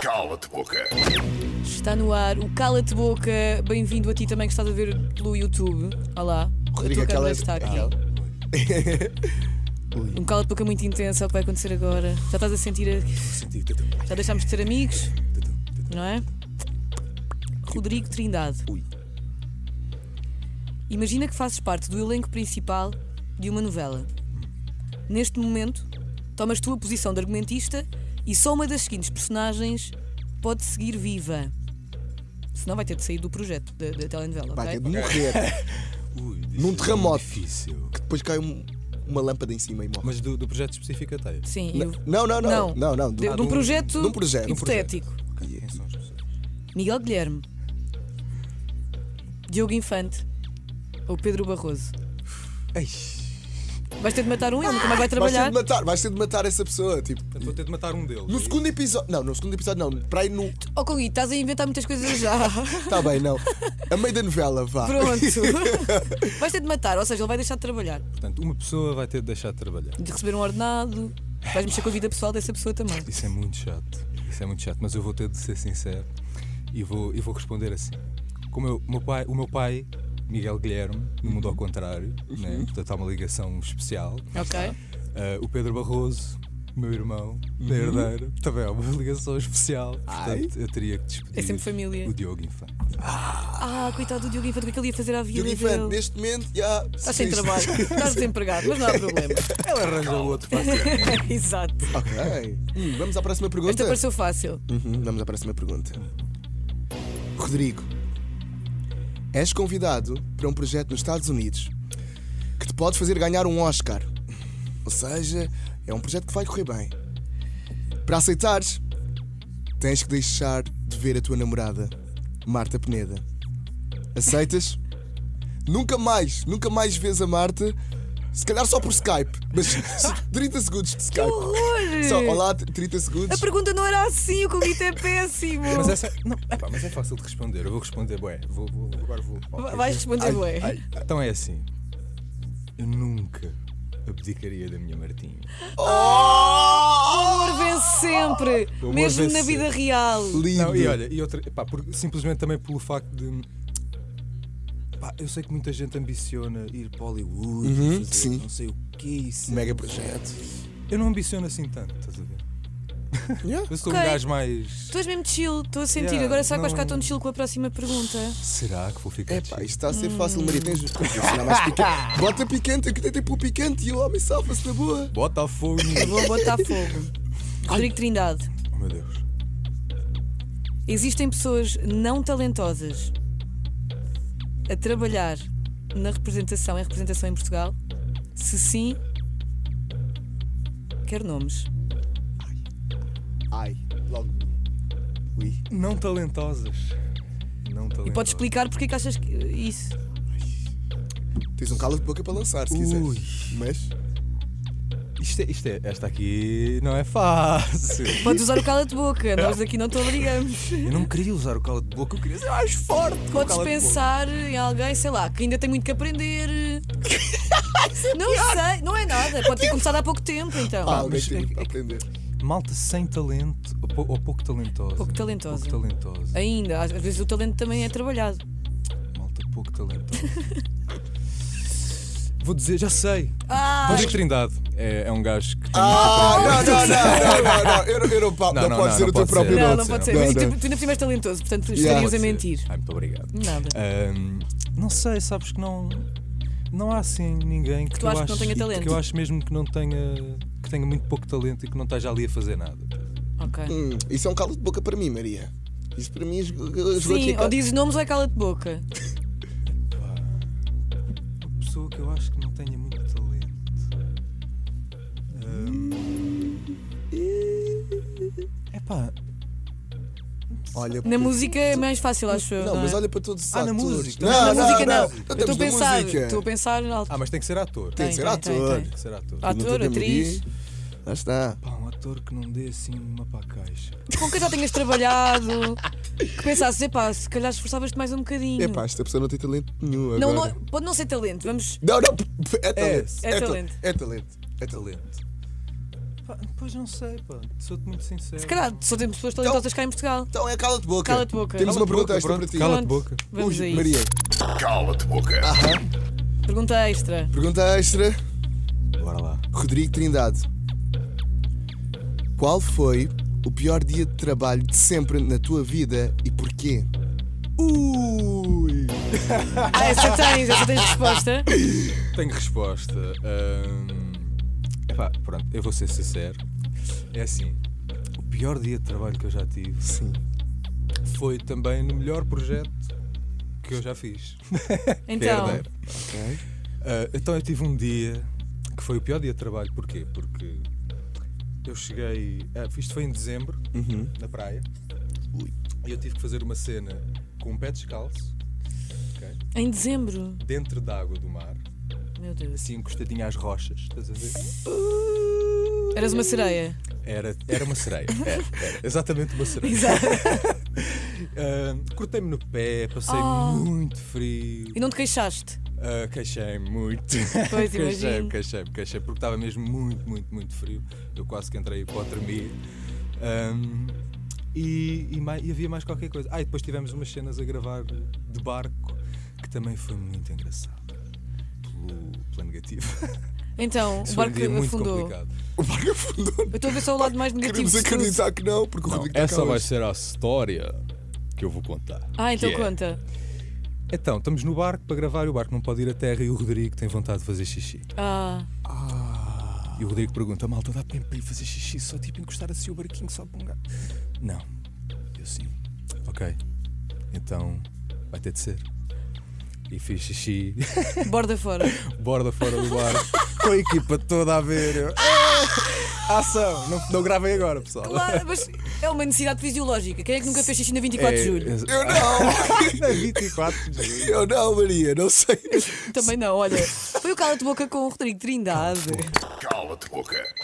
Cala-te boca. Está no ar o Cala-te Boca. Bem-vindo a ti também que estás a ver pelo YouTube. Olá, Rodrigo, a tua câmera cala-te está aqui. boca. Um cala-te boca muito intenso, é o que vai acontecer agora. Já estás a sentir. a- Já deixámos de ter amigos, não é? Rodrigo Trindade. Imagina que fazes parte do elenco principal de uma novela. Neste momento, tomas tua posição de argumentista e só uma das seguintes personagens pode seguir viva. Senão vai ter de sair do projeto da, da telenovela, Vai ok? ter de morrer. Ui, Num terremoto. Difícil. que depois cai um- uma lâmpada em cima e morre. Mas do, do projeto específico até. Sim, e o- Não, não, não. Não. Não, não. de, do- de um projeto, de um projeto. é hipotético. Quem são as pessoas? Miguel Guilherme, Diogo Infante ou Pedro Barroso. Ei, Vais ter de matar um, ele nunca mais vai Vais ter trabalhar. de matar, vais ter de matar essa pessoa. Tipo, portanto, vou ter de matar um deles. no segundo episódio. Não, no segundo episódio não. Para aí no. Oh, Cogui, estás a inventar muitas coisas já. Está bem, não. A meio da novela, vá. Pronto. Vais ter de matar, ou seja, ele vai deixar de trabalhar, Portanto, uma pessoa vai ter de deixar de trabalhar. de receber um ordenado. Vais mexer com a vida pessoal dessa pessoa também. Isso é muito chato. Isso é muito chato. Mas eu vou ter de ser sincero e vou, e vou responder assim. Como eu- meu pai, o meu pai, Miguel Guilherme, no mundo ao contrário, né? portanto há uma ligação especial. Ok? Ah, o Pedro Barroso, meu irmão, da herdeira, também é uma ligação especial. Portanto, eu teria que despedir É sempre família. o Diogo Infante. Ah, coitado do Diogo Infante, o que é que ele ia fazer à vida Diogo Infante, dele? neste momento, já. Estás Tá sem trabalho, estás desempregado, mas não há problema. Ela arranja o outro para ser. Exato. Ok. Hum, vamos à próxima pergunta. Esta pareceu fácil. Uhum, vamos à próxima pergunta. Rodrigo, és convidado para um projeto nos Estados Unidos que te pode fazer ganhar um Oscar. Ou seja, é um projeto que vai correr bem. Para aceitares, tens que deixar de ver a tua namorada, Marta Peneda. Aceitas? nunca mais, nunca mais vês a Marta. Se calhar só por Skype, mas 30 segundos de Skype. horror! Só, olá, 30 segundos. A pergunta não era assim, o convite é péssimo. Mas essa. Não, epá, mas é fácil de responder. Eu vou responder, bué. Vou, vou, agora vou. Va- Vais responder, ué. Então é assim. Eu nunca abdicaria da minha Martinha. O Oh! amor vence sempre, O amor mesmo vence na vida real. Lindo. Não, e olha, e outra. Epá, por- simplesmente também pelo facto de. Pá, eu sei que muita gente ambiciona ir para Hollywood, Uhum, fazer sim. não sei o que isso. Mega projeto. Eu não ambiciono assim tanto, estás a ver? Yeah. Eu sou Ok. um gajo mais. Tu és mesmo chill, estou a sentir. Yeah, Agora será que vais não- é. ficar tão chill com a próxima pergunta? Será que vou ficar. É pá, isto está a ser fácil, Maria. Tens de ensinar é mais picante. Bota picante, eu tentei pôr picante e o homem salva-se na boa. Bota fogo Eu Vou botar fogo. Rodrigo Trindade. Oh meu Deus. Existem pessoas não talentosas a trabalhar na representação, em representação em Portugal? Se sim, quero nomes. Ai, logo. Ui. Não talentosas. Não talentosas. E podes explicar porque é que achas que isso? Tens um calo de boca para lançar, se quiseres. Ui. Mas. Isto é, isto é- esta aqui não é fácil. Podes usar o cala de boca, nós aqui não te obrigamos. Eu não queria usar o cala de boca, eu queria ser mais forte. com o Podes cala de boca. pensar em alguém, sei lá, que ainda tem muito que aprender. não sei, não é nada. Pode ter começado há pouco tempo, então. Ah, alguém mas tem é- que é- aprender. Malta sem talento ou, pou- ou pouco talentosa. Pouco talentosa. Pouco talentosa. Ainda, às às vezes o talento também é trabalhado. Malta pouco talentosa. Vou dizer, já sei. Ah, Rodrigo Trindade é, é um gajo que tem Ah, não, não, não, não, não, não. Eu, não- eu não, pa- Não, não, não, pode não, ser o não teu pode próprio ser. não, nome. não pode ser. Não, Mas não. tu, tu ainda por cima és talentoso, portanto estarias Yeah. Pode Ah, a ser. mentir. Ai, muito obrigado. Nada. Ahm, não sei, sabes que não. Não há assim ninguém que, tu eu achas que não tenha e- talento? Que eu acho mesmo que não tenha. que tenha muito pouco talento e que não esteja ali a fazer nada. Ok. Hum, isso é um calo de boca para mim, Maria. Isso para mim jogou jogou aqui. Sim, a ou ca- dizes nomes ou é cala de boca. Uma pessoa que eu acho que não tenha muito talento. Ah. É pá. Olha, Na música é mais fácil, acho eu. Não, mas é? olha para todos os Ah, na atores. música. Na Não, não, música não. não. Então Eu estamos Estou a na pensar, música. estou a pensar em algo. Ah, mas tem que ser ator. Tem Tem, que ser tem, ator. tem, que ser ator. Ah. Ator, Pergunta da Maria. atriz. Lá está. Pá, um ator que não dê assim uma para a caixa. Com que já tenhas trabalhado, que pensasses, epá, se calhar esforçavas-te mais um bocadinho. Epá, esta pessoa não tem talento nenhum Não, agora. não- pode não ser talento, vamos. Não, não, p- p- é talento. É ta- talento. É talento. É talento. Talento. Pá, Pois não sei, pá. Sou-te muito sincero. Se calhar só temos pessoas talentosas cá em Portugal. Então é cala-te boca. Cala-te boca. Temos uma Cala-te pergunta boca, extra para pronto, ti. cala- Cala-te Pronto, boca. Vamos Ui, aí. Maria, Cala-te boca. Pergunta extra. pergunta extra. Bora lá. Rodrigo Trindade. Qual foi o pior dia de trabalho de sempre na tua vida e porquê? Uh, Ui! Ah, essa tens, essa tens resposta. Tenho resposta. Ahm, epá, pronto, eu vou ser sincero. É assim, o pior dia de trabalho que eu já tive Sim. foi também no melhor projeto que eu já fiz. Então, Herdeiro. Ok. Ah, então eu tive um dia que foi o pior dia de trabalho. Porquê? Porque eu cheguei. ah, isto foi em dezembro, na praia. E eu tive que fazer uma cena com um pé descalço, ok, em dezembro. dentro da água do mar, Meu Deus. assim encostadinho às rochas, estás a ver? Eras uma sereia. Era, era uma sereia. Era, era exatamente uma sereia. Exato. Ah, Cortei-me no pé, passei Oh. muito frio, E não te queixaste. ah, queixei-me muito. Pois, imagino. queixei-me, queixei-me, queixei porque estava mesmo muito, muito, muito frio. Eu quase que entrei para tremir. e, e mai- e havia mais qualquer coisa. Ah, e depois tivemos umas cenas a gravar de barco que também foi muito engraçado. Pelo, pela negativa. Então, Isso o foi um barco dia muito afundou. complicado. O barco afundou. Eu estou a ver só o lado mais negativo. Queremos disso tudo. acreditar que não, porque o Não, Rodrigo tá está essa cá vai hoje. ser a história que eu vou contar. Ah, então que é- conta. Então, estamos no barco para gravar, e o barco não pode ir à terra e o Rodrigo tem vontade de fazer xixi. Ah, E o Rodrigo pergunta: malta, dá tempo para ir fazer xixi, só tipo encostar assim o barquinho só para um gato. Não. Eu sim. Ok. Então vai ter de ser. E fiz xixi, borda fora. borda fora do barco, com a equipa toda a ver. Eu... "Ah, Ação! Não, não gravem agora, pessoal. Claro, mas é uma necessidade fisiológica. Quem é que nunca fez xixi na 24 de julho? Eu não! É, Na 24 de julho. Eu não, Maria, não sei. Também não, olha. Foi o cala-te-boca com o Rodrigo Trindade. Cala-te boca.